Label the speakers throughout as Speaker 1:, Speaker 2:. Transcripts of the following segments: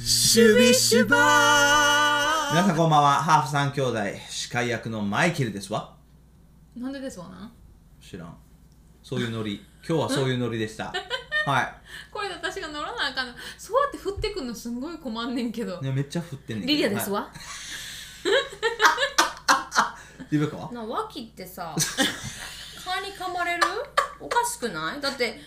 Speaker 1: シュビシュバ
Speaker 2: 皆さんこんばんはハーフ三兄弟司会役のマイケルですわ
Speaker 3: なんでですわな
Speaker 2: 知らんそういうノリ今日はそういうノリで したは
Speaker 3: これで私が乗らなあかんのそうやって振ってくんのすんごい困んねんけど、
Speaker 2: い、ね、めっちゃ振ってんねんけど
Speaker 3: リリアです、わ、
Speaker 2: はい、リベカは
Speaker 4: な脇っ てさ蚊に噛まれるおかしくないだって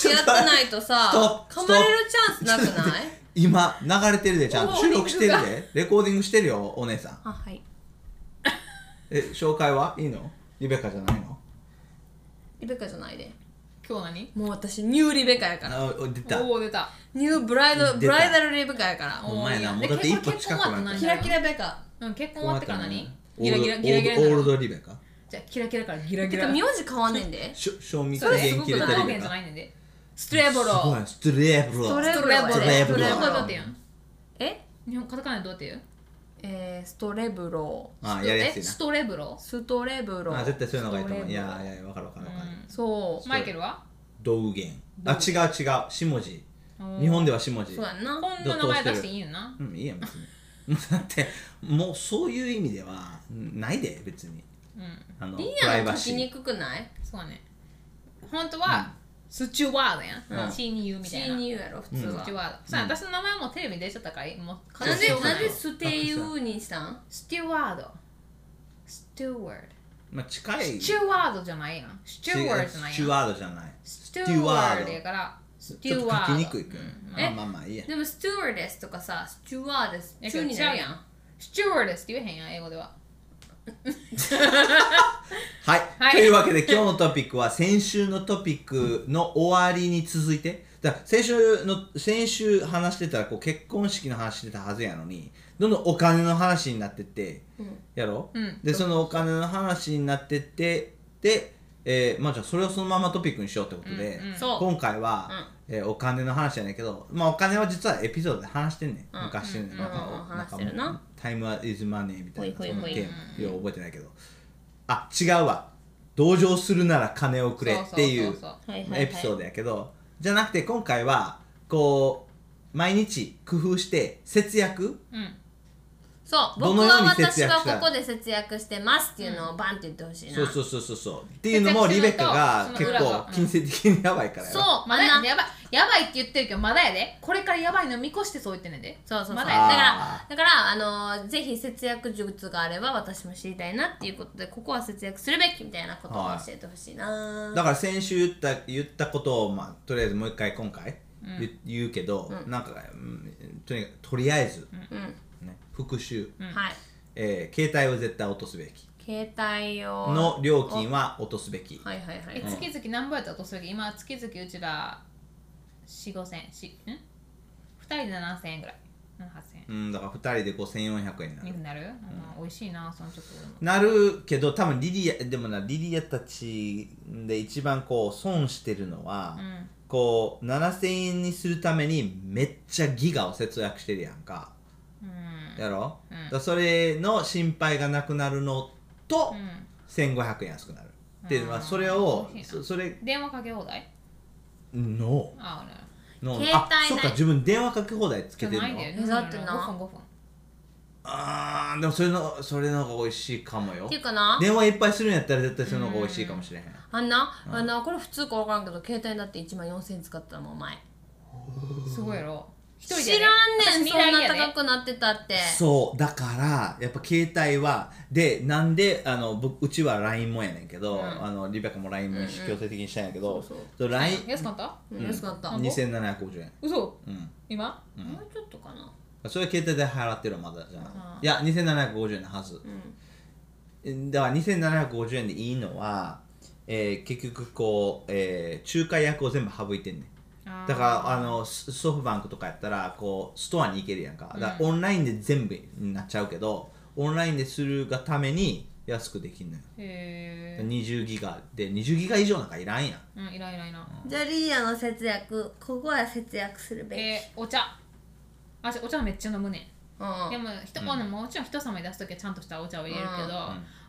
Speaker 2: ちょ
Speaker 4: や
Speaker 2: っ
Speaker 4: って
Speaker 2: と待
Speaker 4: ないとさ
Speaker 2: ストッ
Speaker 4: 噛
Speaker 2: プ
Speaker 4: まれるチャンスなくない
Speaker 2: 今流れてるでちゃんと
Speaker 3: もう
Speaker 2: 収録してる
Speaker 3: リ
Speaker 2: でレコーディングしてるよお姉さん
Speaker 4: あはい
Speaker 2: え紹介はいいのリベカじゃないの
Speaker 4: リベカじゃないで
Speaker 3: 今日何
Speaker 4: もう私ニューリベカやから
Speaker 2: あお出た
Speaker 3: おお出た
Speaker 4: ニューブライ
Speaker 2: 出た
Speaker 4: ドブライダルリベカやから
Speaker 2: ほんまやな
Speaker 3: おー
Speaker 2: も
Speaker 3: いうい
Speaker 2: だっ
Speaker 3: ね
Speaker 2: て一歩近く
Speaker 3: 結婚
Speaker 2: なっ
Speaker 3: 終わっ
Speaker 4: キ
Speaker 3: てて
Speaker 4: ラ
Speaker 3: ない
Speaker 4: キラベカ
Speaker 3: うん結婚終わってから何
Speaker 2: オー
Speaker 3: ギラ
Speaker 2: ルド
Speaker 3: ギラギラギラ
Speaker 2: オー
Speaker 3: に
Speaker 2: ル
Speaker 3: な
Speaker 2: オール
Speaker 3: る
Speaker 2: ドリベカ
Speaker 3: じゃあキラキラからギラギ
Speaker 4: て
Speaker 3: ラ
Speaker 4: か名字変わんねんで
Speaker 2: しょ賞味期
Speaker 3: それす
Speaker 2: 限
Speaker 3: ご
Speaker 2: 切
Speaker 3: く
Speaker 2: れて
Speaker 3: 長
Speaker 2: る
Speaker 3: 言
Speaker 2: リベ
Speaker 3: じ
Speaker 2: カ
Speaker 3: ゃないねんで
Speaker 4: ストレボロ
Speaker 2: すごいストレーブロ
Speaker 4: スト
Speaker 2: ー
Speaker 4: レボロやで
Speaker 2: ストレボロス
Speaker 3: 日
Speaker 2: トレ
Speaker 3: 本語だってやん
Speaker 4: え
Speaker 3: 日本カタカナでどうやって言う
Speaker 4: えー、ストレブロ
Speaker 2: あやりや
Speaker 3: えス
Speaker 2: す
Speaker 3: トレブロ
Speaker 4: ストレブ
Speaker 2: い
Speaker 4: ロ
Speaker 2: なあ絶対そういうのがいいと思
Speaker 4: ス
Speaker 2: う
Speaker 4: ト
Speaker 2: い
Speaker 4: レブ
Speaker 2: や
Speaker 4: ロ
Speaker 2: いや分かる分かる分かる
Speaker 4: そ
Speaker 3: マイケルは
Speaker 2: 道元あ違う違う下地
Speaker 3: うん
Speaker 2: 日本では下
Speaker 4: う
Speaker 2: 地
Speaker 4: そうやんな
Speaker 3: こんな名前出していいよな
Speaker 2: うんいいやん別に だってもうそういう意味ではないで別に
Speaker 3: うん
Speaker 2: あのプ
Speaker 4: リ
Speaker 2: ラ
Speaker 4: ア
Speaker 2: イ
Speaker 4: の
Speaker 2: バ
Speaker 4: 書
Speaker 2: シ
Speaker 4: きに
Speaker 2: ー
Speaker 4: くくない
Speaker 3: そうね本当はスチュワードや
Speaker 2: うん
Speaker 3: ん C に言うみたいな
Speaker 4: C に言うやろ普通
Speaker 2: うん
Speaker 4: は
Speaker 3: スチュワードさあ私の名前もテレビに出ちゃったからもう
Speaker 4: なんで
Speaker 3: しょうが
Speaker 4: ないんでステイウーにしたん
Speaker 3: スチュワードスチュワード
Speaker 2: まあ近い
Speaker 3: スチュワードじゃないやんスチュワードじゃない
Speaker 2: チュ
Speaker 3: やん
Speaker 2: ワードじゃない
Speaker 3: スチュワードや
Speaker 2: ち
Speaker 3: からスチ
Speaker 2: ょっ
Speaker 3: ュ
Speaker 2: と
Speaker 3: ワ
Speaker 2: 書き
Speaker 3: ード
Speaker 2: にくいくん
Speaker 3: うん
Speaker 2: まあまあまあいいや
Speaker 4: でもスチュワーデスとかさスチュワーデス
Speaker 3: やけ
Speaker 4: 中
Speaker 3: ど
Speaker 4: になるやん
Speaker 3: スチュワードスって言えへんやん英語では
Speaker 2: はい、
Speaker 3: はい
Speaker 2: というわけで今日のトピックは先週のトピックの終わりに続いてだから先週の先週話してたらこう結婚式の話してたはずやのにどんどんお金の話になってって、やろ、
Speaker 3: うん
Speaker 2: でそのお金の話になってってで、えーまあ、じゃあそれをそのままトピックにしようってことで、
Speaker 3: うんうん
Speaker 4: そう
Speaker 2: 今回は、えーお金の話やねんけど、まあ、お金は実はエピソードで話してんねん、
Speaker 4: うん
Speaker 2: 昔ね、
Speaker 3: うんうん
Speaker 2: なんか
Speaker 4: うんうん
Speaker 2: なんか
Speaker 4: 話してるな
Speaker 2: タイムはイズマネーみたいな
Speaker 4: ほい
Speaker 2: そ
Speaker 4: ほい
Speaker 2: の
Speaker 4: ほい
Speaker 2: テーマよう覚えてないけどあ違うわ同情するなら金をくれっていう
Speaker 3: そうそうそうそう
Speaker 4: はいはいはい
Speaker 2: エピソードやけどじゃなくて今回はこう毎日工夫して節約
Speaker 3: うん
Speaker 4: そう
Speaker 2: ど
Speaker 4: 僕
Speaker 2: のよう
Speaker 4: は
Speaker 2: に節
Speaker 4: 私
Speaker 2: 約した
Speaker 4: はここで節約してますっていうのをバンって言ってほしいな
Speaker 2: そうそうそうそうそうっていうのもリベッカが結
Speaker 3: 節約するのと
Speaker 2: 構金銭的にやばいからやろ
Speaker 4: そう
Speaker 3: ま
Speaker 4: ま
Speaker 3: だ
Speaker 4: だ
Speaker 3: やでやばいやばいって言ってるけどまだやでこれからやばいの見越してそう言ってんねんで
Speaker 4: そうそうそう
Speaker 3: ま
Speaker 4: だ
Speaker 3: だ
Speaker 4: か
Speaker 3: やで
Speaker 2: あ
Speaker 4: らだからあのーぜひ節約術があれば私も知りたいなっていうことでここは節約するべきみたいなことを
Speaker 2: はい
Speaker 4: 教えてほしいな
Speaker 2: だから先週言った言ったことを、まあ、とりあえずもう一回今回
Speaker 3: うん
Speaker 2: 言,、言うけど、なんか、うんとにかくとりあえず、
Speaker 4: うん
Speaker 2: ね、復習、
Speaker 4: はい
Speaker 2: えー携帯を絶対落とすべき
Speaker 4: 携帯を
Speaker 2: の料金は落とすべき
Speaker 4: はいはいは
Speaker 3: え
Speaker 4: い
Speaker 3: 月々何ぼやったら落とすわけ今月々うちら4 5千しん二人で7000円ぐらい7 8千
Speaker 2: うんだから2人で5400円にな
Speaker 3: 円
Speaker 2: る
Speaker 3: になる、うん美味しいなそのちょっと俺も
Speaker 2: なるけど多分リリアでもなリリアたちで一番こう損してるのは、
Speaker 3: うん
Speaker 2: こう7000円にするためにめっちゃギガを節約してるやんか
Speaker 3: うん
Speaker 2: やろ、
Speaker 3: うん
Speaker 2: だからそれの心配がなくなるのと、1500円安くなるっていうのは
Speaker 3: うん
Speaker 2: それを
Speaker 3: 美味しいな
Speaker 2: そそれ
Speaker 3: うん電話かけ放題
Speaker 2: の
Speaker 3: ああ
Speaker 2: の
Speaker 4: 携帯
Speaker 2: あ
Speaker 4: ない
Speaker 2: そっか自分電話かけ放題つ
Speaker 3: じ
Speaker 2: け
Speaker 3: ゃ
Speaker 2: てる
Speaker 3: ないん
Speaker 2: の
Speaker 3: だよ
Speaker 4: え
Speaker 3: ね
Speaker 4: だってな
Speaker 3: 5分5分
Speaker 2: あーでもそれのそれの方が美味しいかもよ
Speaker 4: っていうかな
Speaker 2: 電話いっぱいするんやったら絶対その方が美味しいかもしれへん
Speaker 4: あんな、あんなこれ普通か分からんけど携帯だって1万4000円使ったのもう前
Speaker 3: すごいやろ一人で
Speaker 4: 知らんねん
Speaker 3: 私
Speaker 4: そんな
Speaker 3: 二台や
Speaker 4: 高
Speaker 3: で
Speaker 4: くなってたって
Speaker 2: そうだからやっぱ携帯はでなんであの僕うちは LINE もやねんけど、あのリベカも LINE も強制的にしたんやけど、そう LINE
Speaker 3: 安かった
Speaker 4: うん安かった、
Speaker 3: んぼ
Speaker 2: 2750円
Speaker 3: 嘘
Speaker 2: うん
Speaker 3: 今
Speaker 4: もうちょっとかな
Speaker 2: それは携帯で払ってるのまだじゃないいや2750円のはず、だから2750円でいいのは、えー結局こう、えー仲介役を全部省いてんねん
Speaker 3: あー
Speaker 2: だからあのスソフトバンクとかやったらこうストアに行けるやんかだからオンラインで全部になっちゃうけど、オンラインでするがために安くできんのよ
Speaker 3: へえ
Speaker 2: 20ギガで20ギガ以上なんかいらんやん
Speaker 3: うんいらんいらんいらん
Speaker 4: じゃあリーヤの節約ここは節約するべき、
Speaker 3: えー、お茶あしお茶めっちゃ飲むねん
Speaker 4: うん
Speaker 3: でも人、まあもちろん人様に出す時はちゃんとしたお茶を入れるけど、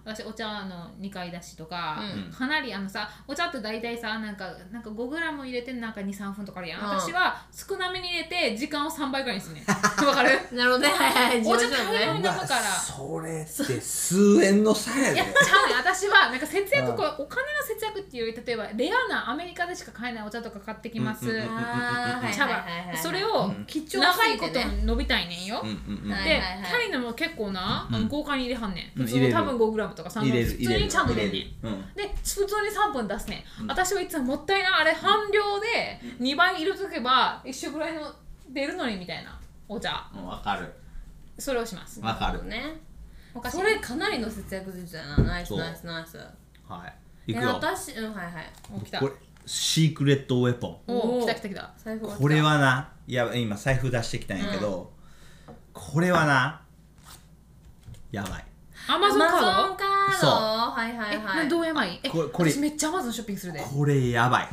Speaker 3: 私お茶の2回出しとか、
Speaker 2: うん
Speaker 3: かなりあのさお茶って大体さなんかなんか 5g 入れてなんか23分とかあるやん、
Speaker 4: うん
Speaker 3: 私は少なめに入れて時間を3倍ぐらいにすね わかる
Speaker 4: うんなるほどねはいはい
Speaker 3: お茶
Speaker 4: 上手だ
Speaker 3: 大
Speaker 4: ね
Speaker 3: 量飲むから
Speaker 2: それって数円の差や
Speaker 3: い
Speaker 2: で
Speaker 3: やちゃうねん私はなんか節約こうお金の節約っていうより例えばレアなアメリカでしか買えないお茶とか買ってきます、
Speaker 2: うんうんうん
Speaker 4: あーはい
Speaker 3: 茶葉、
Speaker 4: はいはいはい
Speaker 3: それを
Speaker 2: うん
Speaker 4: 貴重すぎてね
Speaker 3: 長いこと伸びたいねんよ、
Speaker 2: うんうんうん
Speaker 4: はい
Speaker 3: で、タイのも結構な、あの
Speaker 2: うん
Speaker 3: 豪快に入れはんねん
Speaker 2: うん
Speaker 3: 普通
Speaker 2: 入れ
Speaker 3: の
Speaker 2: る
Speaker 3: 多分 5g とか 3g
Speaker 2: 入れる
Speaker 3: 普
Speaker 2: 入
Speaker 3: 通
Speaker 2: れる
Speaker 3: にちゃんと入れんねん
Speaker 2: 入るうん
Speaker 3: で普通に3分出すね、
Speaker 2: うん
Speaker 3: ん、私はいつももったいなあれ半量で2倍入れとけば一緒ぐらいの出るのにみたいなお茶
Speaker 2: うんわかる
Speaker 3: それをします
Speaker 2: わかる
Speaker 4: ね
Speaker 3: お菓子
Speaker 4: それかなりの節約術だなナイス
Speaker 2: そう
Speaker 4: ナイスナイス
Speaker 2: はい
Speaker 4: え
Speaker 2: いくよ
Speaker 4: 私うんはいはい
Speaker 3: お来た
Speaker 2: これシークレットウェポン
Speaker 3: お
Speaker 4: おー
Speaker 3: お来た来た来た
Speaker 4: 財布が来た
Speaker 2: これはないや今財布出してきたんやけど、これはなやばい
Speaker 3: アマ
Speaker 4: ア
Speaker 3: ゾン
Speaker 4: マ
Speaker 3: カ
Speaker 4: ゾ
Speaker 3: ー
Speaker 4: ンカー
Speaker 2: そ
Speaker 4: ド
Speaker 2: う
Speaker 4: はいはい
Speaker 3: ド
Speaker 4: は
Speaker 3: え
Speaker 4: い
Speaker 3: どうやばいえ
Speaker 2: これこれ
Speaker 3: 私めっちゃアマゾンショッピングするで
Speaker 2: これやばい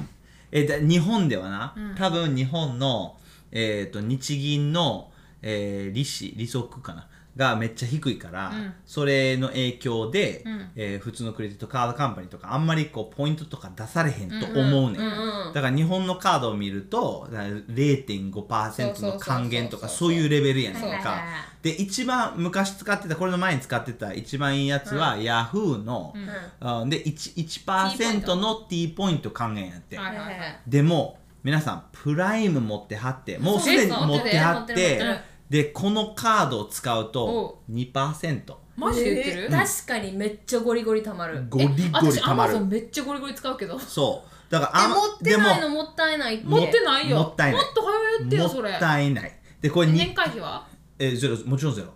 Speaker 2: えだ日本ではな、
Speaker 3: うん
Speaker 2: 多分日本の、えー、と日銀の、えー利子利息かながめっちゃ低いから、
Speaker 3: うん
Speaker 2: それの影響で、
Speaker 3: うん
Speaker 2: えー普通のクレジットカードカンパニーとかあんまりこうポイントとか出されへんと思うねん、
Speaker 4: うんうん
Speaker 2: だから日本のカードを見るとだから0.5%の還元とか
Speaker 3: そ
Speaker 2: そう
Speaker 3: そうそうそうそう
Speaker 2: ういうレベルやねん
Speaker 4: はいはいはい
Speaker 2: かで一番昔使ってたこれの前に使ってた一番いいやつは、ヤフーの、
Speaker 3: うん
Speaker 4: うん
Speaker 2: あで 1%, 1の T ポイント還元やって、
Speaker 3: は
Speaker 4: は
Speaker 3: い
Speaker 4: いはいはい
Speaker 2: でも皆さんプライム持ってはってもうす
Speaker 3: そうで
Speaker 2: ですに持ってはって
Speaker 4: 持ってる持ってる持って
Speaker 2: でこのカードを使うと2%
Speaker 3: マジで言ってる、
Speaker 4: えー確かにめっちゃゴリゴリたまる
Speaker 2: ゴリゴリ
Speaker 3: え私
Speaker 2: た
Speaker 3: ア
Speaker 2: ま
Speaker 3: マ
Speaker 2: る
Speaker 3: ゾンめっちゃゴリゴリ使うけど
Speaker 2: そうだから
Speaker 4: え
Speaker 2: あ
Speaker 4: 持ってない
Speaker 2: で
Speaker 4: のもったいないって
Speaker 2: も
Speaker 3: 持ってないよ
Speaker 2: もったいない
Speaker 3: もっと早言って
Speaker 2: も
Speaker 3: よ
Speaker 2: も
Speaker 3: そ
Speaker 2: っ
Speaker 3: れ
Speaker 2: たいないでこれ
Speaker 3: 年
Speaker 2: に、
Speaker 3: 会費は
Speaker 2: えーゼロもちろんゼロ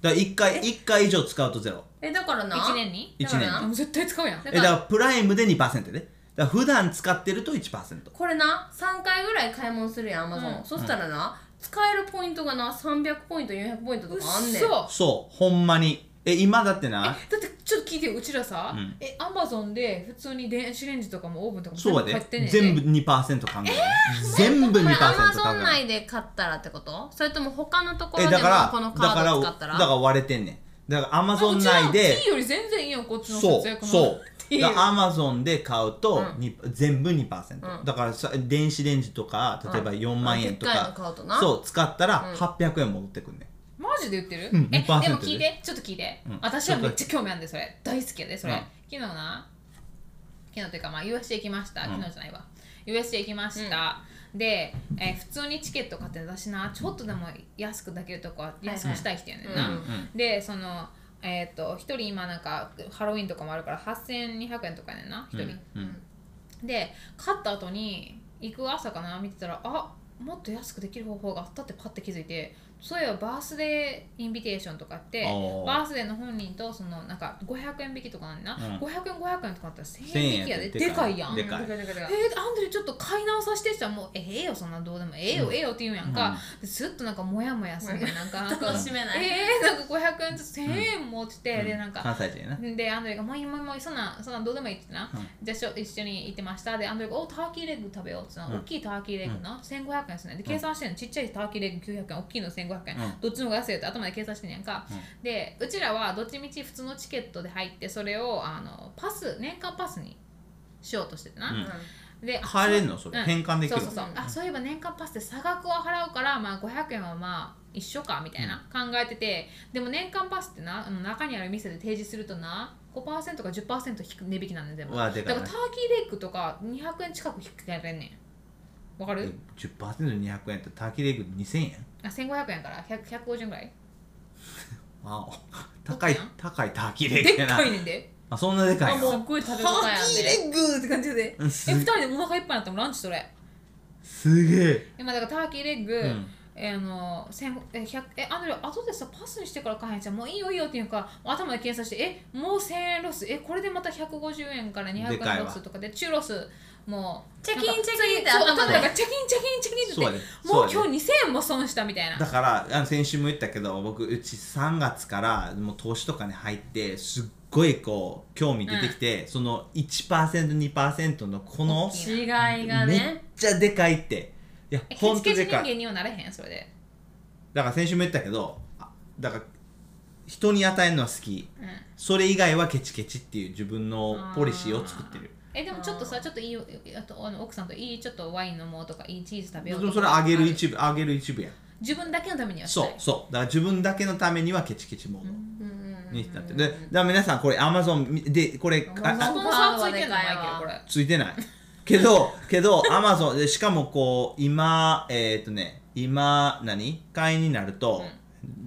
Speaker 2: だから1回一回以上使うとゼロ
Speaker 4: えだからな
Speaker 3: 1年に
Speaker 2: 1
Speaker 4: だから
Speaker 2: 年
Speaker 3: もう絶対使うやん
Speaker 2: えだからプライムで2%ねだから普段使ってると1%
Speaker 4: これな3回ぐらい買い物するやんアマゾ
Speaker 3: う
Speaker 4: ン
Speaker 3: ん
Speaker 4: そしたらな使えるポイントがな300ポイント400ポイントと
Speaker 3: うっ
Speaker 4: かあんねん
Speaker 3: そ
Speaker 2: そうほんまにえ今だって
Speaker 3: え
Speaker 2: な
Speaker 3: だってちょっと聞いてようちらさ、
Speaker 2: うん
Speaker 3: えアマゾンで普通に電子レンジとかもオーブンとかも
Speaker 2: そうや
Speaker 3: 全部買ってん
Speaker 2: で
Speaker 3: ねん
Speaker 2: 全部2%還元、全部
Speaker 4: こ
Speaker 2: 2%
Speaker 4: れア
Speaker 2: 還
Speaker 4: マゾン
Speaker 2: 元
Speaker 4: 内で買ったらってことそれとも他のところ
Speaker 2: え
Speaker 4: で
Speaker 2: だ
Speaker 4: も
Speaker 2: から
Speaker 4: この
Speaker 2: だ
Speaker 4: カ
Speaker 2: か
Speaker 4: ー
Speaker 2: ら
Speaker 4: ドを
Speaker 2: だ
Speaker 4: 使ったら
Speaker 2: から割れてんねんだからアマゾン内
Speaker 3: うち
Speaker 2: で
Speaker 3: ら T より全然いいよこっちの
Speaker 2: そ
Speaker 3: 節約
Speaker 2: う
Speaker 3: の
Speaker 2: そうだアマゾンで買うと、
Speaker 4: う
Speaker 2: に全部2%、
Speaker 4: うん
Speaker 2: だからさ電子レンジとか例えば
Speaker 4: うん
Speaker 2: 4万円と
Speaker 4: でっかい
Speaker 2: か
Speaker 4: の、買うとな
Speaker 2: そう使ったら
Speaker 4: うん
Speaker 2: 800円戻ってくんね
Speaker 3: マジで言ってる、
Speaker 2: うん
Speaker 3: えで
Speaker 2: 2%
Speaker 3: も聞いてちょっと聞いて、
Speaker 2: うん
Speaker 3: 私はめっちゃ興味あるんでそれ大好きやでそれ、
Speaker 2: うん
Speaker 3: 昨日な昨日というかまあ USJ 行きました
Speaker 2: うん
Speaker 3: 昨日じゃないわ、USJ 行きました、で、えー普通にチケット買って私なちょっとでも安くできるとこは安くしたい人やねんな、
Speaker 4: はいはいうん
Speaker 3: でそのえっ、と1人今なんかハロウィンとかもあるから8200円とかやねんな1
Speaker 2: うんう
Speaker 3: 人、
Speaker 2: んうん
Speaker 3: で買った後に行く朝かな見てたらあもっと安くできる方法があったってパッて気づいてそういえばバースデーインビテーションとかって
Speaker 2: あー
Speaker 3: バースデーの本人とそのなんか500円引きとかなんだな、
Speaker 2: うん
Speaker 3: 500円500円とかあったら1000
Speaker 2: 1000
Speaker 3: 円
Speaker 2: 円
Speaker 3: 引きやで
Speaker 2: やで
Speaker 3: でかいやん
Speaker 2: でかい
Speaker 4: うんでかいでかい
Speaker 3: えー、アンドリューちょっと買い直させてって言ったらもうええよそんなどうでもええよええよって言うんやんか、ですっとなんかモヤモヤするねんなんかなんか
Speaker 4: 楽しめない
Speaker 3: えー、なんか500円ずつ1000円持ってて、でなんか
Speaker 2: 関西人やな
Speaker 3: でアンドレが「もういいもういいもういいそんなんそんなんどうでもいい」ってな、
Speaker 2: うん
Speaker 3: じゃあしょ一緒に行ってましたでアンドレが「おターキーレッグ食べよう」ってな、
Speaker 2: うん
Speaker 3: 大きいターキーレッグな、1500円ですねで計算してんのちっちゃいターキーレッグ900円大きいの1500
Speaker 2: う
Speaker 3: 円、
Speaker 2: ん
Speaker 3: どっちの方が安いよって頭で計算してんねやんか、
Speaker 2: う
Speaker 3: でうちらはどっちみち普通のチケットで入ってそれをあのパス年間パスにしようとしててな、
Speaker 2: うん
Speaker 3: で
Speaker 2: 変えれんのそれ、
Speaker 3: うん
Speaker 2: 変換でき
Speaker 3: そう
Speaker 2: る
Speaker 3: そうそう、あそういえば年間パスで差額を払うから、まあ、500円はまあ一緒かみたいな、考えててでも年間パスってなあの中にある店で提示するとな5%か10%引く値引きなんで全部
Speaker 2: うわでかいね
Speaker 3: だからターキーレッグとか200円近く引き換えれんねんわかる、
Speaker 2: え 10%200 円って炊きでいく2000円
Speaker 3: あ1500円から100 150円ぐらい
Speaker 2: わお高い
Speaker 3: どっちなん
Speaker 2: 高い炊き
Speaker 3: で
Speaker 2: でい
Speaker 3: っ
Speaker 2: くやな
Speaker 3: かいねんで
Speaker 2: あそんなでかい
Speaker 4: あもう
Speaker 2: の
Speaker 4: すっごい食べ応えあんで
Speaker 3: ッグって感じで
Speaker 2: うんす
Speaker 3: え二人でお腹いっぱいになったもんランチそれ
Speaker 2: すげえ
Speaker 3: 今だからターキーレッグ、
Speaker 2: うん
Speaker 3: えーあの千え百えアンドレ後でさパスにしてから買えんじゃんもういいよいいよっていうか頭で計算してえもう1000円ロスえこれでまた150円から
Speaker 2: でか
Speaker 3: 200
Speaker 2: い
Speaker 3: 円
Speaker 2: わ
Speaker 3: ロスとかで中ロスもう
Speaker 4: チェキン
Speaker 3: なんか
Speaker 4: チェキンって
Speaker 3: そう
Speaker 4: 頭で
Speaker 3: 頭でなんかチェキンチェキンチェキンって
Speaker 2: そうやね
Speaker 3: も
Speaker 2: そ
Speaker 3: う
Speaker 2: う
Speaker 3: 今
Speaker 2: や
Speaker 3: 日2000円も損したみたいな
Speaker 2: だからあの先週も言ったけど僕うち3月からもう投資とかに入ってすっごいこう興味出てきて、その 1%2% のこの
Speaker 3: 大きい
Speaker 4: 違いが
Speaker 2: めっ
Speaker 4: ね
Speaker 2: ちゃでかいっていや
Speaker 3: えケ
Speaker 2: 本
Speaker 3: チ
Speaker 2: 当
Speaker 3: ケチ
Speaker 2: で
Speaker 3: 人
Speaker 2: か
Speaker 3: 間
Speaker 2: い
Speaker 3: にはなれへんそれで
Speaker 2: だから先週も言ったけどあだから人に与えるのは好き
Speaker 3: うん
Speaker 2: それ以外はケチケチっていう自分のポリシーを作ってる
Speaker 3: えでもちょっとさちょっといいあとあの奥さんといいちょっとワイン飲もうとかいいチーズ食べ
Speaker 2: で
Speaker 3: よう
Speaker 2: も
Speaker 3: と
Speaker 2: そ
Speaker 3: か
Speaker 2: れあげる一部あげる一部やん
Speaker 3: 自分だけのためにはし
Speaker 2: そ
Speaker 3: な
Speaker 2: う
Speaker 3: い
Speaker 2: そうだから自分だけのためにはケチケチモー
Speaker 4: うん
Speaker 2: ドになってるでだから皆さんこれアマゾンでこれあ
Speaker 3: ス
Speaker 2: あ
Speaker 3: ポンサーついてんのマイケルこれ
Speaker 2: ついて ないけどけどアマゾンでしかもこう今えっ、とね今何会員になると、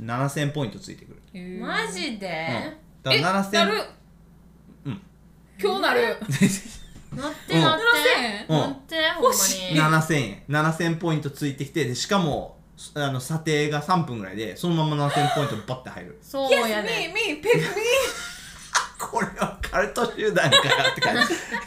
Speaker 2: 7000ポイントついてくる、
Speaker 3: へー
Speaker 4: マ
Speaker 2: う
Speaker 4: ジで
Speaker 2: ん、だ
Speaker 3: え
Speaker 2: から
Speaker 3: なる
Speaker 2: 7000うん
Speaker 3: 今日なる
Speaker 4: 乗って乗っ
Speaker 2: う
Speaker 4: て
Speaker 2: ん
Speaker 4: 乗ってほんま
Speaker 3: 欲し
Speaker 4: に
Speaker 2: 7000円7000ポイントついてきてでしかもあの査定が3分ぐらいでそのまま7000ポイントバッて入る
Speaker 4: そうや
Speaker 3: Yes
Speaker 4: ね
Speaker 3: me me pick me
Speaker 2: これはカルト集団かって感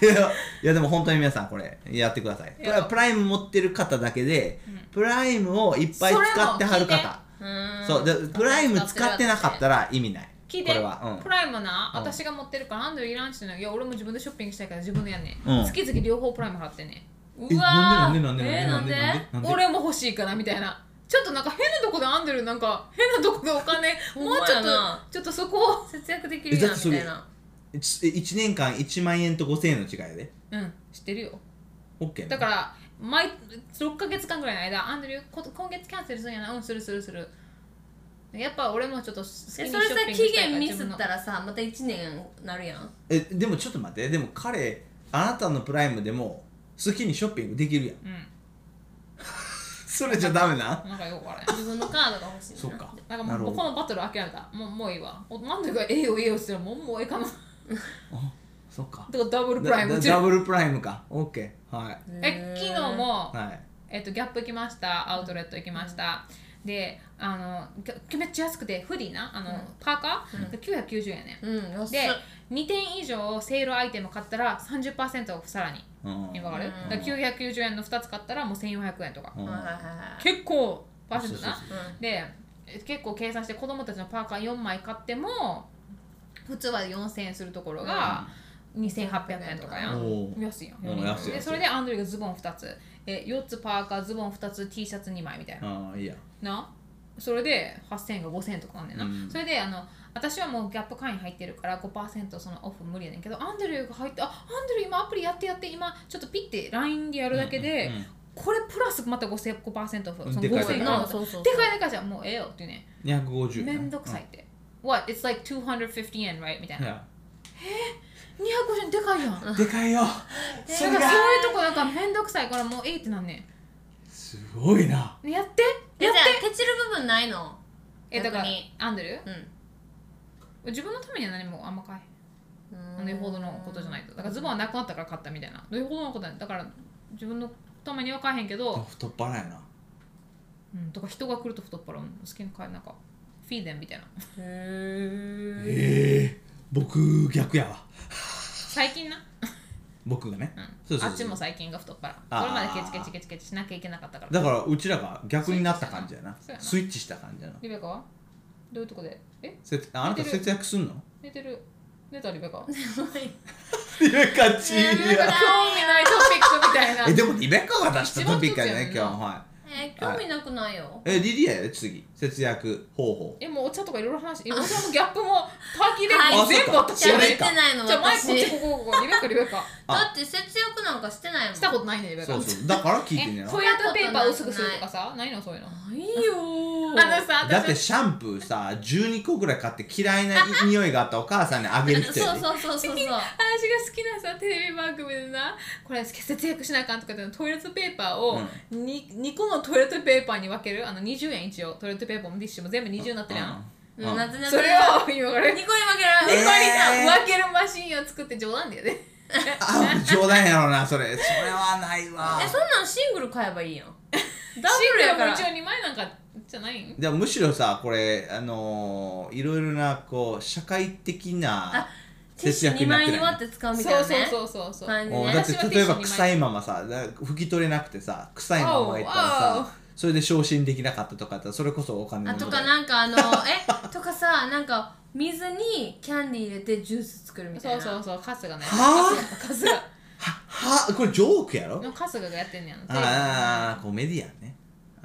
Speaker 2: じ いやいやでも本当に皆さんこれやってくださいこれはプライム持ってる方だけで、プライムをいっぱい使ってはる
Speaker 3: それも聞いて
Speaker 2: 方
Speaker 4: うん
Speaker 2: そうでプライム使ってなかったら意味ない
Speaker 3: 聞い
Speaker 2: こ
Speaker 3: て
Speaker 2: れは、
Speaker 3: プライムな
Speaker 2: うん
Speaker 3: 私が持ってるからアンドリーいらんって言うのいや俺も自分でショッピングしたいから自分でやんね
Speaker 2: うん
Speaker 3: 月々両方プライム払ってんね
Speaker 2: うん、
Speaker 4: うわー
Speaker 2: えなんで
Speaker 4: えー
Speaker 2: なんでなんでなんでなんでなんで
Speaker 3: 俺も欲しいからみたいなちょっとなんか変なとこで編んでるなんか変なとこでお金
Speaker 4: ん
Speaker 3: も
Speaker 4: ま
Speaker 3: うちょ
Speaker 4: や
Speaker 3: っ
Speaker 4: な
Speaker 3: とちょっとそこを
Speaker 4: 節約できるやんみたいな
Speaker 2: 1年間1万円と5000円の違いやで
Speaker 3: うん知ってるよ
Speaker 2: OK
Speaker 3: だから毎6ヶ月間ぐらいの間アンドリューこ今月キャンセルするんやなうんするするするやっぱ俺もちょっと好き
Speaker 4: で
Speaker 3: に
Speaker 4: それさ
Speaker 3: ショッピング
Speaker 4: 期
Speaker 3: したいから
Speaker 4: 限ミス
Speaker 3: 自分
Speaker 4: っ
Speaker 3: の
Speaker 4: たらさまた1年なるやん
Speaker 2: えでもちょっと待ってでも彼あなたのプライムでも好きにショッピングできるやん
Speaker 3: う
Speaker 2: それじゃダメなん
Speaker 3: なんかよくわからん
Speaker 4: 自分のカードが欲しいな
Speaker 2: そうか
Speaker 3: なんか
Speaker 2: なる
Speaker 3: もう
Speaker 2: ほ
Speaker 3: もうこ
Speaker 2: ど
Speaker 3: のバトル諦めたもうもういいわおマンドリーがええよええよしてるもうもうええ かな
Speaker 2: あそっか
Speaker 3: だからダブルプライム
Speaker 2: だ
Speaker 3: う
Speaker 2: だ
Speaker 3: ちら
Speaker 2: ダブルプライムか OK はい
Speaker 3: え昨日も、
Speaker 2: はい
Speaker 3: えっとギャップ行きましたアウトレット行きました、であのきめっちゃ安くてフリーなあの、パーカー、が990円やね、
Speaker 4: うん安っ
Speaker 3: で2点以上セールアイテム買ったら30%オフさらに
Speaker 2: うん
Speaker 3: わかる、
Speaker 4: うん
Speaker 3: だから990円の2つ買ったらもう1400円とか、
Speaker 2: うん
Speaker 4: はいはいはい
Speaker 3: 結構パーセントな
Speaker 2: そうそう
Speaker 4: はい
Speaker 3: でえ結構計算して子供たちのパーカー4枚買っても普通は4000円するところが2800円とかやん、
Speaker 2: おー
Speaker 3: 安いやん
Speaker 2: うん安い
Speaker 3: で
Speaker 2: 安い
Speaker 3: それでアンドリューがズボン2つえ4つパーカーズボン2つ T シャツ2枚みたいな、
Speaker 2: あーいいや
Speaker 3: なそれで8000円が5000円とかなんねんな、
Speaker 2: うん
Speaker 3: それであの私はもうギャップ会員入ってるから5%そのオフ無理やねんけどアンドリューが入ってあアンドリュー今アプリやってやって今ちょっとピッて LINE でやるだけで、
Speaker 2: うんうん
Speaker 3: これプラスまた5000 5%オフその
Speaker 2: でかい
Speaker 3: 5000円
Speaker 2: で
Speaker 3: が
Speaker 2: か
Speaker 3: あ
Speaker 2: い
Speaker 3: る
Speaker 4: そうそうそう
Speaker 3: でかいでかいじゃんもうええよっていうね
Speaker 2: 250円
Speaker 3: めんどくさいって、What? It's like 250 yen, right? みたい
Speaker 2: うんい
Speaker 3: な。
Speaker 2: や
Speaker 3: 250円でかいやん。
Speaker 2: でか いよ
Speaker 3: だ
Speaker 2: そ
Speaker 3: か
Speaker 2: れ
Speaker 3: ら
Speaker 2: が
Speaker 3: そういうとこなんかめんどくさいからもうええってなんね。
Speaker 2: すごいなん
Speaker 3: やって
Speaker 4: えじ
Speaker 3: や
Speaker 4: ゃ
Speaker 3: って
Speaker 4: あケチる部分ないの
Speaker 3: え、だから
Speaker 4: 逆に、
Speaker 3: アンドル
Speaker 4: うん
Speaker 3: 自分のためには何もあんま買えへん。あのよほどのことじゃないとだからズボンはなくなったから買ったみたいなよほどのことだだから自分のためには買えへんけど、
Speaker 2: 太っ腹やな
Speaker 3: うん、とか人が来ると太っ腹うん好きに買えなんかフィーデンみたいな
Speaker 2: え
Speaker 4: へえ
Speaker 2: え僕逆やわ
Speaker 3: 最近な、
Speaker 2: 僕がね
Speaker 3: うん、
Speaker 2: そうそうそう
Speaker 3: あっちも最近が太っ腹こ
Speaker 2: あー
Speaker 3: れまでケチケチケチケチしなきゃいけなかったから
Speaker 2: だからうちらが逆になった感じやな
Speaker 3: そうやな
Speaker 2: スイッチした感じやな
Speaker 3: リベカはどういうとこでえ
Speaker 2: せつあなた節約すんの
Speaker 3: 寝てる寝たリベカ興
Speaker 2: リベカチ
Speaker 4: ー
Speaker 2: ー
Speaker 4: リベ
Speaker 2: や
Speaker 4: カ
Speaker 3: 味ないトピックみたいな
Speaker 2: えでもリベカが出したトピックやね
Speaker 3: 一
Speaker 2: 今
Speaker 3: 番一つやん
Speaker 2: 日
Speaker 3: な
Speaker 2: は
Speaker 4: え興味なくないよ
Speaker 2: いえリリアやで次節約方法
Speaker 3: えもうお茶とかいろいろ話えお茶もギャップもターキーレッ
Speaker 4: は
Speaker 3: グ
Speaker 4: い
Speaker 3: も全部
Speaker 2: あ
Speaker 3: 私
Speaker 2: そ
Speaker 3: や
Speaker 2: うか
Speaker 4: 喋
Speaker 3: ね
Speaker 4: ってないの
Speaker 3: じゃあ前こっち
Speaker 4: 私
Speaker 3: ここここリベカリベカ
Speaker 4: だって節約なんかしてないもん
Speaker 3: したことないねリベカ
Speaker 2: そうそうだから聞いてんね
Speaker 3: え
Speaker 2: や
Speaker 3: ト
Speaker 2: ろ
Speaker 3: イレットペーパー薄くするとかさないのそういうのあ
Speaker 4: ないよ
Speaker 3: のさ
Speaker 2: だって
Speaker 3: 私
Speaker 2: シャンプーさ12個ぐらい買って嫌いな匂いがあったお母さんにあげる人や
Speaker 4: そう
Speaker 2: で
Speaker 4: そうそう そうそう
Speaker 3: 私が好きなさテレビ番組でなこれ節約しなあかんとかってトイレットペーパーをに 2,、個のトイレットペーパーに分けるあの20円一応トイレットペーパーもティッシュも全部20になってるやん、
Speaker 2: う
Speaker 4: うん
Speaker 2: うん
Speaker 4: ん夏夏
Speaker 3: それを今から
Speaker 4: ニコに負けられ
Speaker 2: え
Speaker 4: る
Speaker 2: ー
Speaker 3: 今にさ分けるマシンを作って冗談だよね
Speaker 2: あ冗談やろなそれそれはないわ
Speaker 4: えそんなんシングル買えば いいやんダブル
Speaker 3: シン
Speaker 4: や
Speaker 3: グ
Speaker 4: か
Speaker 3: ルも
Speaker 4: ら
Speaker 3: 一応2枚なんかじゃないん
Speaker 2: でもむしろさこれあのーいろいろなこう社会的な
Speaker 4: あティッシュ2枚に割って使うみたいなね
Speaker 3: そうそうそうそう
Speaker 4: 感じ
Speaker 2: お
Speaker 4: ね
Speaker 2: だって
Speaker 3: 私は
Speaker 2: 例えば
Speaker 3: ティッシュに巻いて
Speaker 2: 臭いままさだ拭き取れなくてさ臭いままいったら
Speaker 3: おうおう
Speaker 2: さそれで昇進できなかったとかやったらそれこそお金
Speaker 4: あ
Speaker 2: の
Speaker 4: と
Speaker 2: 問題
Speaker 4: かなんかあのえとかさなんか水にキャンディー入れてジュース作るみたい
Speaker 3: そ
Speaker 4: な
Speaker 3: うそうそう春日ね
Speaker 2: は
Speaker 3: 春日
Speaker 2: はこれジョークやろ
Speaker 3: の春日がやってんねやん
Speaker 2: ああコメディアンね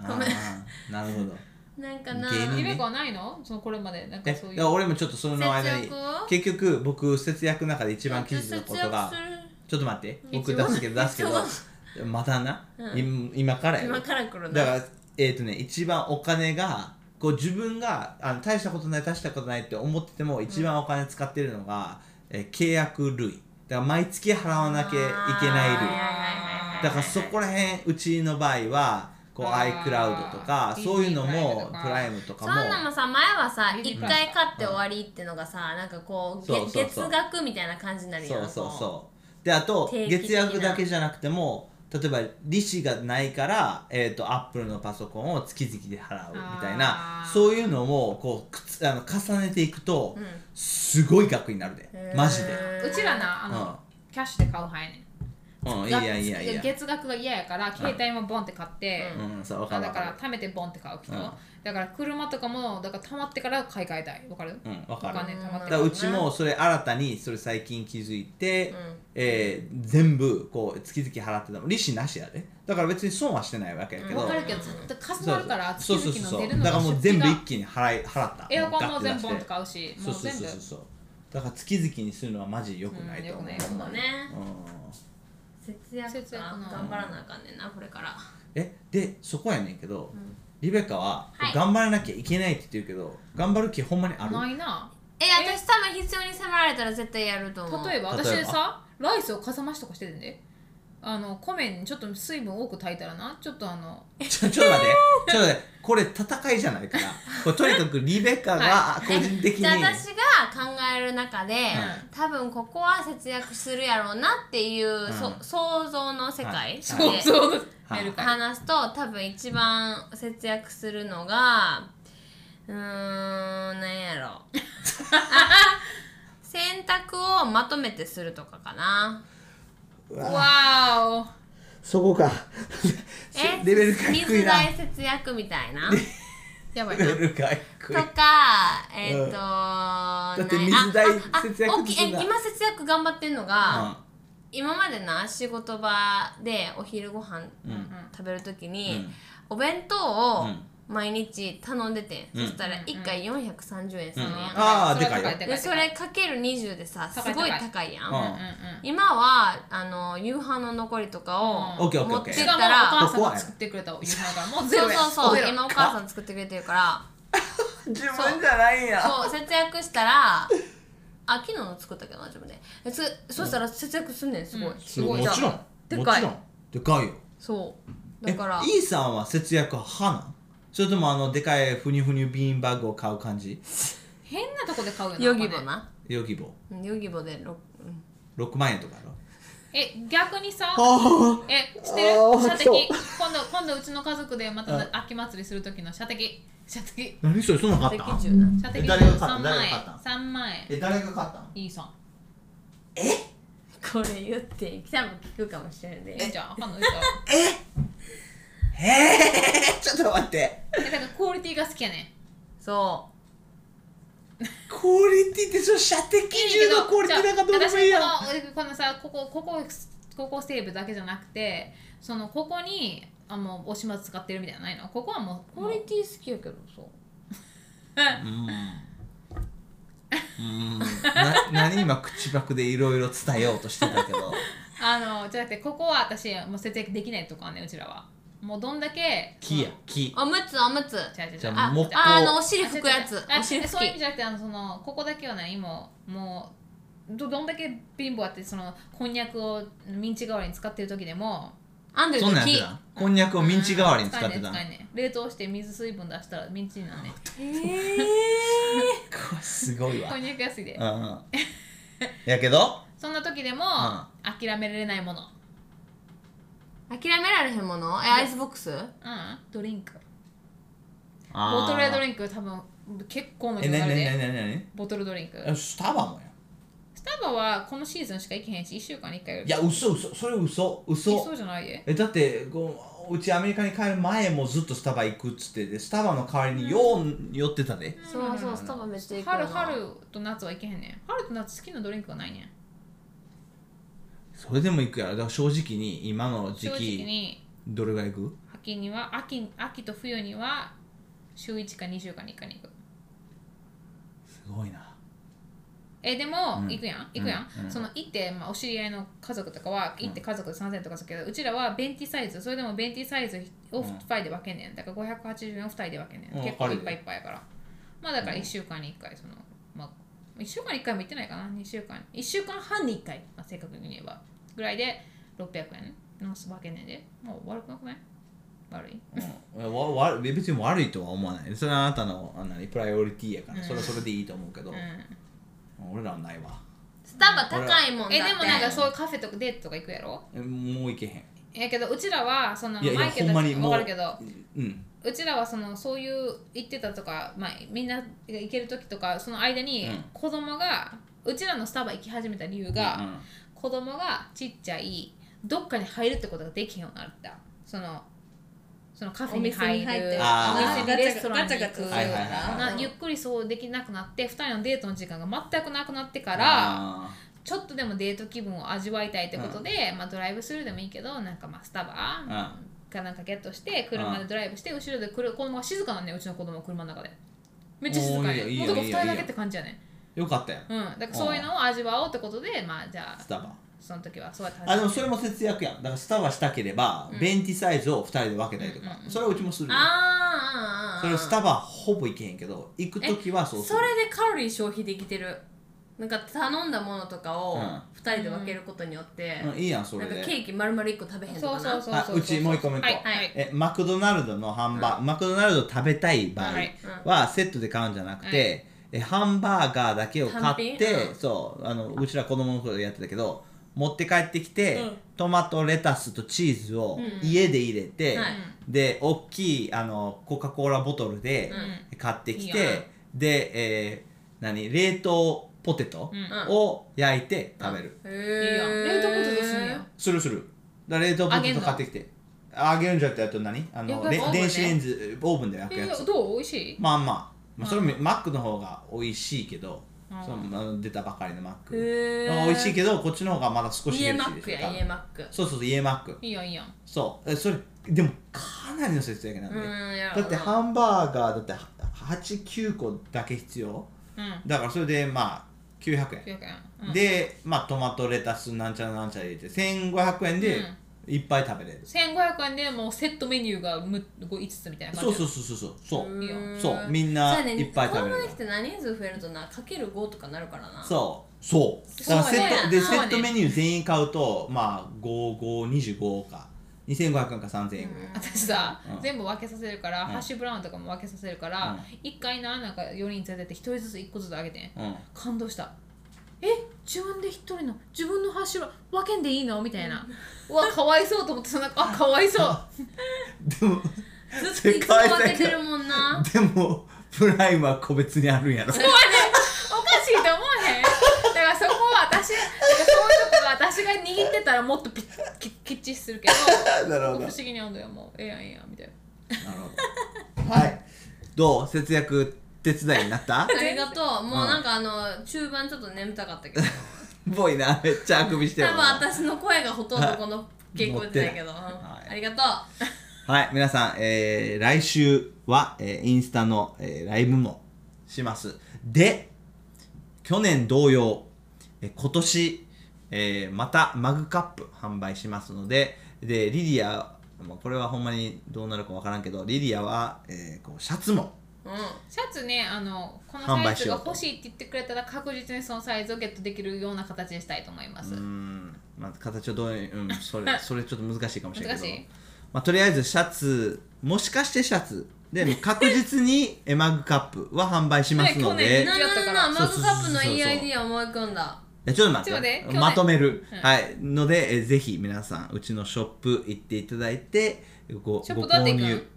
Speaker 2: あ
Speaker 4: コメ
Speaker 2: あなるほど
Speaker 4: なんかな
Speaker 2: 芸人
Speaker 3: ゆ
Speaker 2: ね
Speaker 3: めこはないのそのこれまでなんか
Speaker 2: え
Speaker 3: そ
Speaker 2: だ
Speaker 3: うい
Speaker 2: か
Speaker 3: う
Speaker 2: ら俺もちょっとその間に
Speaker 4: 節約
Speaker 2: 結局僕節約の中で一番気づいたことが
Speaker 4: 節約する
Speaker 2: ちょっと待って
Speaker 4: 一
Speaker 2: 僕
Speaker 4: 番
Speaker 2: 出すけど出すけどまたな、今今からやろ
Speaker 4: 今から来る
Speaker 2: だか
Speaker 4: な
Speaker 2: らえっ、とね一番お金がこう自分があの大したことない大したことないって思ってても一番お金使ってるのが、えー契約類だから毎月払わなきゃいけない
Speaker 4: あー
Speaker 2: 類だからそこら辺うちの場合はこう
Speaker 3: あー
Speaker 2: iCloud とかそういうのも
Speaker 3: ディズニー
Speaker 2: プ
Speaker 3: プラ
Speaker 2: ラ
Speaker 3: イ
Speaker 2: イムとか
Speaker 4: そ
Speaker 2: も
Speaker 4: んなもさ前はさ
Speaker 3: うん
Speaker 4: 一回買って終わりってのがさなんかこうげ
Speaker 2: そうそうそう
Speaker 4: 月額みたいな感じになるやん
Speaker 2: そうそう
Speaker 4: こ
Speaker 2: そうであと
Speaker 4: 定期
Speaker 2: 月
Speaker 4: 的な
Speaker 2: 額だけじゃなくても例えば利子がないから、えー、とアップルのパソコンを月々で払うみたい
Speaker 3: あ
Speaker 2: な
Speaker 3: ー
Speaker 2: そういうのもこうくつあの重ねていくと、
Speaker 4: うん
Speaker 2: すごい額になるで
Speaker 4: へー
Speaker 2: マジで、
Speaker 3: うちらなあの、キャッシュで買う派やねん
Speaker 2: うん、うん、いやいやいやいや
Speaker 3: 月額が嫌やから携帯もボンって買って、
Speaker 2: うんそうわか
Speaker 3: あ
Speaker 2: る
Speaker 3: だ
Speaker 2: わ
Speaker 3: か
Speaker 2: からる
Speaker 3: 貯めてボンって買う人、
Speaker 2: うん
Speaker 3: だから車とかもだから貯まってから買い替えたいわかる、
Speaker 2: うんわ
Speaker 3: お
Speaker 2: かる
Speaker 3: 金貯まっ
Speaker 2: だ
Speaker 3: て
Speaker 2: から
Speaker 3: ら
Speaker 2: うちもそれ新たにそれ最近気づいて、
Speaker 4: ん
Speaker 2: えー全部こう月々払ってたの利子なしやでだから別に損はしてないわけやけど、
Speaker 3: わかるけどずっとかさなるから月
Speaker 2: そう
Speaker 3: 々
Speaker 2: そうそうそ
Speaker 3: の出
Speaker 2: う
Speaker 3: るの
Speaker 2: だから
Speaker 3: が
Speaker 2: も
Speaker 3: 出
Speaker 2: う全部一気に払い払った
Speaker 3: エアコンも全部
Speaker 2: 部
Speaker 3: ボンって買うし
Speaker 2: そう
Speaker 3: もう
Speaker 2: そう
Speaker 3: 全
Speaker 2: そう
Speaker 3: 部
Speaker 2: そうそうだから月々にするのはマジ良くないと思う、
Speaker 3: うん良
Speaker 4: う
Speaker 3: く
Speaker 4: そうね
Speaker 2: うん
Speaker 4: 節約か
Speaker 3: 節約の
Speaker 4: 頑張らなあかんねんなこれから
Speaker 2: えでそこやねんけど、
Speaker 4: ん
Speaker 2: リベカは、
Speaker 4: はい
Speaker 2: 頑張らなきゃいけないって言ってるけど頑張る気ほんまにある
Speaker 3: ないな
Speaker 4: え私多分必要に迫られたら絶対やると思う
Speaker 3: 例えば
Speaker 2: 例え
Speaker 3: 私
Speaker 2: ば
Speaker 3: さライスをかさ増しとかしててんであの米にちょっと水分多く炊いたらなちょっとあの
Speaker 2: ちょちょっと待ってちょっと待ってこれ戦いじゃないからこれとにかくリベカが個人的に、
Speaker 4: じゃあ私が考える中で、多分ここは節約するやろうなっていう、
Speaker 2: ん
Speaker 4: そ想像の世
Speaker 2: は
Speaker 4: 界
Speaker 2: い
Speaker 4: で
Speaker 2: は
Speaker 3: そうそう
Speaker 2: はい
Speaker 3: やるから
Speaker 4: 話すと多分一番節約するのがうーんなんや ろ洗濯をまとめてするとかかな
Speaker 3: わー
Speaker 2: そこか
Speaker 4: え
Speaker 2: レベルが低い
Speaker 4: 水
Speaker 2: な
Speaker 4: 代節約みたいな
Speaker 3: おやばいな
Speaker 2: レベルが低
Speaker 4: と
Speaker 2: い
Speaker 4: かえっ、と、
Speaker 2: うん
Speaker 4: だ
Speaker 2: って水代節約
Speaker 4: 今
Speaker 2: するな
Speaker 4: 節約頑張ってんのが、
Speaker 2: うん
Speaker 4: 今までな仕事場でお昼ご飯
Speaker 2: うん
Speaker 4: 食べるときに、
Speaker 2: うん
Speaker 4: お弁当を
Speaker 2: うん
Speaker 4: 毎日頼んでて、ん、
Speaker 2: うん
Speaker 4: そしたら1回430円す
Speaker 2: うん
Speaker 4: る
Speaker 2: うん
Speaker 4: のやん、
Speaker 2: ああ
Speaker 3: それ
Speaker 2: でか
Speaker 3: は
Speaker 2: いよ
Speaker 3: でかい
Speaker 4: でそれかける20でさす
Speaker 3: 高い
Speaker 4: ごい
Speaker 3: 高い
Speaker 4: 高いやん、
Speaker 2: うん
Speaker 3: うんうん
Speaker 4: 今はあの夕飯の残りとか
Speaker 2: うんオ
Speaker 4: を
Speaker 2: ッケーオッケー
Speaker 4: 持
Speaker 2: オ
Speaker 4: っ
Speaker 2: ッケ
Speaker 4: て
Speaker 2: ー
Speaker 4: っ
Speaker 3: したかもお母
Speaker 4: ら
Speaker 3: さんが作ってくれたお夕飯だからもうゼ
Speaker 4: そ
Speaker 3: ロ
Speaker 4: う
Speaker 3: や
Speaker 4: そうそう
Speaker 3: ゼロ
Speaker 4: 今お母さん作ってくれてるから
Speaker 2: 自分じゃないんや
Speaker 4: そう節約したらあ昨日の作ったけどな自分でえつそしたら節約すんねんすごい、
Speaker 3: うん
Speaker 2: す
Speaker 4: す
Speaker 2: ご
Speaker 4: ご
Speaker 2: い
Speaker 4: い
Speaker 2: も
Speaker 4: じゃん
Speaker 2: ちろん
Speaker 4: で
Speaker 2: も
Speaker 4: か
Speaker 2: ち
Speaker 4: い
Speaker 2: ろんでかいよ
Speaker 4: そう
Speaker 2: え
Speaker 4: だから
Speaker 2: E さんは節約派なんそれともあのでかいふにゅふにゅビーンバッグを買う感じ
Speaker 3: 変なとこで買うよな
Speaker 4: ヨギボ
Speaker 3: お金
Speaker 4: な
Speaker 2: ヨギボー
Speaker 4: うんヨギボでろうん
Speaker 2: 6万円とかやろ
Speaker 3: え逆にさ
Speaker 2: あ
Speaker 3: え知ってる
Speaker 2: あー
Speaker 3: 射的
Speaker 2: そう
Speaker 3: 今度今度うちの家族でま
Speaker 2: うん
Speaker 3: た秋祭りする時の射的射的
Speaker 2: 何それそんなん買っ
Speaker 4: 適
Speaker 2: た
Speaker 4: 中な
Speaker 3: 射的
Speaker 2: 誰が買った
Speaker 3: 3万
Speaker 2: 誰
Speaker 3: 円
Speaker 2: が買った
Speaker 3: 3万円
Speaker 2: え誰が買ったん
Speaker 3: いいさん
Speaker 4: これ言ってきたも聞くかもしれないで
Speaker 3: えじゃああかんのいいじゃん
Speaker 2: えー、ちょっと待って
Speaker 3: え だからクオリティが好きやねん
Speaker 4: そ
Speaker 2: クオリティってその射的銃のクオリティなんかどうでもいいやん
Speaker 3: じゃあ私このこのさここここここセーブだけじゃなくてそのここにあもうお島使ってるみたいなのないのここはもう
Speaker 4: うクオリティ好きやけどさ
Speaker 2: うんな 何今口パクでいろいろ伝えようとしてたけど
Speaker 3: あのじゃなくてここは私もう節約できないとこはねうちらはもうどんだけ
Speaker 2: 木や木
Speaker 4: おむつおむつ
Speaker 3: じゃあじゃあ
Speaker 2: じ
Speaker 3: じ
Speaker 2: ゃ
Speaker 3: ゃ
Speaker 2: あ
Speaker 3: あ
Speaker 4: あ
Speaker 2: もうこう
Speaker 4: ああのお尻拭くやつ
Speaker 3: あ
Speaker 4: お尻
Speaker 3: そういう意
Speaker 4: 拭き
Speaker 3: 味じゃなくてあのそのここだけはね今もうどどんだけ貧乏あってそのこんにゃくをミンチ代わりに使ってる時でも
Speaker 4: 編んでる
Speaker 2: そんなんやって
Speaker 4: 時
Speaker 2: たんこんにゃくをミンチ代わりに使ってた
Speaker 3: う
Speaker 2: ん
Speaker 3: ん使えんねん使えんねん冷凍して水水分出したらミンチになんねん
Speaker 2: これすごいわ
Speaker 3: こんにゃく安いで
Speaker 2: うんやけど
Speaker 3: そんな時でも、諦められないもの。
Speaker 4: 諦められへんものえアイスボックス
Speaker 3: うん、ドリンク。
Speaker 2: あー
Speaker 3: ボトルドリンク多分結構の
Speaker 2: え
Speaker 3: 量
Speaker 2: な
Speaker 3: あ
Speaker 2: にな
Speaker 3: る
Speaker 2: にな
Speaker 3: で。
Speaker 2: になに
Speaker 3: ボトルドリンク
Speaker 2: な。にスタバもや
Speaker 3: スタバはこのシーズンしか行けへんし、1週間に1回ぐらい。
Speaker 2: いや嘘嘘それ嘘
Speaker 3: 行き
Speaker 2: 嘘
Speaker 3: そうじゃないで。
Speaker 2: えだってこううちアメリカに帰る前もずっとスタバ行くっつってでスタバの代わりによう寄ってたで
Speaker 4: そうそうスタバめっちゃ行くよな
Speaker 3: 春、春と夏は行けへんねん。春と夏好きなドリンクがないねん。
Speaker 2: それでも行くやろだから正直に今の時
Speaker 3: 正直
Speaker 2: 期
Speaker 3: に、
Speaker 2: どれぐらい行く
Speaker 3: 秋には、秋秋と冬には、週1か2週間に1回に行く
Speaker 2: すごいな
Speaker 3: えでも、
Speaker 2: うん
Speaker 3: 行くやん行くやん、
Speaker 2: うんうん
Speaker 3: その行って、まあ、お知り合いの家族とかは行って家族で3000とかするけど、うちらはベンティサイズそれでもベンティサイズを2人で分けんねんだから580円を2人で分けんねん、
Speaker 2: うん
Speaker 3: 結構い
Speaker 2: 分
Speaker 3: っ
Speaker 2: か
Speaker 3: ぱ
Speaker 2: る
Speaker 3: いいっぱいやからまあだから
Speaker 2: うん
Speaker 3: 1週間に1回その、まあ、1週間に1回も行ってないかな2週間1週間半に1回、まあ、正確に言えばぐらいで600円の分けんねんでもう悪くなくない悪い
Speaker 2: うんわわ別に悪いとは思わないそれはあなたのあ何プライオリティやから、
Speaker 3: うん
Speaker 2: それはそれでいいと思うけど、
Speaker 3: うん
Speaker 2: 俺らはないわ
Speaker 4: スタバ高いもんだって
Speaker 3: えでもなんかそういうカフェとかデートとか行くやろ
Speaker 2: えもういけへん
Speaker 3: やけどうちらはその
Speaker 2: いやいや
Speaker 3: マイケ
Speaker 2: ほ
Speaker 3: ル
Speaker 2: ん
Speaker 3: た
Speaker 2: まに
Speaker 3: ち
Speaker 2: も
Speaker 3: も
Speaker 2: う
Speaker 3: 分かるけど
Speaker 2: うん
Speaker 3: うちらはそのそういう行ってたとか、まあ、みんなが行ける時とかその間に
Speaker 2: うん
Speaker 3: 子供が、うちらのスタバ行き始めた理由が、子供がちっちゃいどっかに入るってことができへんようになったそのそのカフェに入
Speaker 4: お
Speaker 3: る
Speaker 4: 店に入って
Speaker 2: あー
Speaker 3: お店にレストランに行
Speaker 1: ガチャガチャガ
Speaker 3: く
Speaker 1: チャ
Speaker 2: はいはいはい
Speaker 3: なゆっくりそうできなくなって2人のデートの時間が全くなくなってから。ちょっとでもデート気分を味わいたいってことで、まあ、ドライブスルーでもいいけどなんかまあスタバかなんかゲットして車でドライブして後ろで車子供が静かなんねうちの子供は車の中でめっちゃ静か
Speaker 2: おー
Speaker 3: や
Speaker 2: い
Speaker 3: ね
Speaker 2: いよ
Speaker 3: もうだから
Speaker 2: いい
Speaker 3: 2
Speaker 2: よ
Speaker 3: 人
Speaker 2: いいよ
Speaker 3: だけって感じやね
Speaker 2: よかったよ
Speaker 3: うんだからそういうのを味わおうってことでまあじゃあ
Speaker 2: スタバ
Speaker 3: その時はそうやって
Speaker 2: あでも
Speaker 3: 始
Speaker 2: それも節約やんだからスタバしたければ、ベンティサイズを2人で分けたりとか、それはうちもするよ
Speaker 4: あーあーあーあー
Speaker 2: それをスタバほぼ行けへんけど行く時はそうす
Speaker 4: そ
Speaker 2: る
Speaker 4: れでカロリー消費できてるなんか頼んだものとか
Speaker 2: う
Speaker 4: を
Speaker 2: ん
Speaker 4: 2人で分けることによって、
Speaker 2: うん、いいやんそ
Speaker 4: な
Speaker 2: れ
Speaker 4: ん
Speaker 2: で
Speaker 4: かケーキ丸々1個食べへんと
Speaker 3: そ
Speaker 4: か
Speaker 3: う
Speaker 4: な
Speaker 3: そうそう
Speaker 2: あ
Speaker 3: そう
Speaker 2: うちもう一個もう一個
Speaker 3: はいはい
Speaker 2: えマクドナルドのハンバーグ、マクドナルド食べたい場合
Speaker 3: はい
Speaker 2: はセットで買うんじゃなくて、えハンバーガーだけを買っ
Speaker 4: 単
Speaker 2: て、
Speaker 4: 品うん
Speaker 2: そうあのうちら子供の頃やってたけど持って帰ってきて、トマトレタスとチーズを家で入れて、
Speaker 4: はい
Speaker 2: で大きいあのコカ・コーラボトルで買ってきて、
Speaker 3: いいよ
Speaker 2: で、えー何冷凍ポテト
Speaker 3: うん
Speaker 4: うん
Speaker 2: を焼いて食べる、
Speaker 3: いいやん
Speaker 4: へ
Speaker 3: 冷凍ポテトするんや
Speaker 2: するするだから冷凍ポテト買ってきて揚げるんじゃってやっと何あ
Speaker 3: よ
Speaker 2: の
Speaker 3: く
Speaker 2: れ
Speaker 3: オーブンね
Speaker 2: 電子レンジオーブンで焼くや
Speaker 3: え
Speaker 2: つ
Speaker 3: どう美味しい
Speaker 2: まあまあ、まあ、それもマックの方が美味しいけど、
Speaker 3: うん
Speaker 2: そのあの出たばかりのマック、
Speaker 4: え
Speaker 2: 美味しいけどこっちの方がまだ少しヘ
Speaker 4: 家
Speaker 2: ル
Speaker 4: マ
Speaker 2: シー
Speaker 4: ッ
Speaker 2: で
Speaker 4: ク
Speaker 2: しょ
Speaker 4: や
Speaker 2: 多
Speaker 4: 家
Speaker 2: 分
Speaker 4: マック
Speaker 2: そうそうそう家マック
Speaker 3: いいやんいいやん
Speaker 2: そうえそれでもかなりの節約なんで、
Speaker 4: うんやろ
Speaker 2: だってハンバーガーだって89個だけ必要
Speaker 3: うん
Speaker 2: だからそれでまあ900円
Speaker 3: 900円、うん、
Speaker 2: で、まあ、トマトレタスなんちゃらなんちゃら入れて1500円でいっぱい食べれる、
Speaker 3: 1500円でもうセットメニューがむ5つみたいな感
Speaker 2: そう
Speaker 3: じ
Speaker 2: そうそうそうそうそ
Speaker 4: うん
Speaker 2: う
Speaker 3: いいやん
Speaker 2: そうみんないっぱい食べ
Speaker 4: そうやね子供
Speaker 2: れ
Speaker 4: で
Speaker 2: る
Speaker 4: きて何人数増えるとなかける5とかなるからな
Speaker 2: そうそうだから
Speaker 3: そう
Speaker 2: セ
Speaker 3: ね
Speaker 2: ットで
Speaker 3: そう
Speaker 2: セ
Speaker 3: ね
Speaker 2: ットメニュー全員買うとまあ5525か2500円か3000円ぐらい、
Speaker 3: 私さ、
Speaker 2: うん
Speaker 3: 全部分けさせるから、
Speaker 2: ん
Speaker 3: ハッシュブラウンとかも分けさせるから、一回ななんか4人連れてって1人ずつ1個ずつあげてん
Speaker 2: うん
Speaker 3: 感動したえ自分で1人の自分のハッシュブラウン分けんでいいのみたいな、うわかわいそうと思ってそのあかわいそう
Speaker 2: でも
Speaker 4: ずっといつも分けてるもんな
Speaker 2: でもプライムは個別にあるんやろ
Speaker 3: おかしいと思わへんだからそこは私だからそういうとこは私が握ってたらもっとピッききっちりするけ ど
Speaker 2: なる
Speaker 3: 不
Speaker 2: ほど
Speaker 3: 思議にあんのよもうええやんええやんみたいな
Speaker 2: なるほど。はい。どう節約手伝いになった
Speaker 4: ありがとうもうなんかあの中盤ちょっと眠たかったけど
Speaker 2: ぽいな。めっちゃあくびしてる
Speaker 4: 多
Speaker 2: わ
Speaker 4: 分私の声がほとんど この傾向出ないけど、
Speaker 2: 乗ってないはい
Speaker 4: ありがとう
Speaker 2: はい。皆さん、えー、来週は、えーインスタの、えーライブもします。で、去年同様、えー今年、えーまたマグカップ販売しますので、で、リリア、まあこれはほんまにどうなるかわからんけど、リリアは、えーこうシャツも、
Speaker 4: う
Speaker 3: シャツねあのこの
Speaker 2: 販
Speaker 3: サ
Speaker 2: 売
Speaker 3: イ
Speaker 2: し
Speaker 3: ズ
Speaker 2: よう
Speaker 3: が
Speaker 2: と
Speaker 3: 欲しいって言ってくれたら確実にそのサイズをゲットできるような形にしたいと思いま
Speaker 2: う
Speaker 3: す、
Speaker 2: ーんまあ、形をどういう、うん、そ れそれちょっと難しいかもしれないけど
Speaker 3: 難しい
Speaker 2: まあ、とりあえずシャツもしかしてシャツでも確実にエマグカップは販売しますの
Speaker 3: ね去
Speaker 2: で
Speaker 4: ん、
Speaker 3: 年
Speaker 4: な
Speaker 3: ね
Speaker 4: あ
Speaker 3: やったか
Speaker 4: な
Speaker 3: ら
Speaker 4: あなあマグカップの
Speaker 2: そうそうそうそう
Speaker 4: いいアイディア思い込んだ
Speaker 2: いやちょっと待っ
Speaker 3: ちょっ
Speaker 2: て
Speaker 3: と待って去年
Speaker 2: まとめる、はいのでえぜひ皆さんうちのショップ行っていただいてご
Speaker 3: ショップ
Speaker 2: ご
Speaker 3: どうやって
Speaker 2: 購
Speaker 3: 行くの
Speaker 2: 入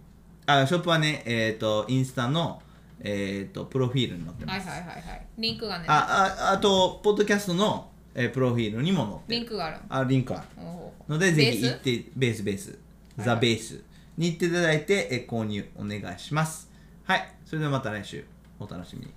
Speaker 2: あショップはねえっ、とインスタのえっ、とプロフィールに載って
Speaker 3: は
Speaker 2: ま
Speaker 3: い
Speaker 2: す、
Speaker 3: はいはいはいリンクがね
Speaker 2: あああとポッドキャストの、えープロフィールにも載って
Speaker 3: リ
Speaker 2: る
Speaker 3: ンクがある
Speaker 2: あリンクある
Speaker 3: おう
Speaker 2: のでぜひ行
Speaker 3: ベー
Speaker 2: っ
Speaker 3: ス
Speaker 2: てベースベース
Speaker 3: はい
Speaker 2: ザベースに行っていただいてえ購入お願いしますはいそれではまた来週お楽しみに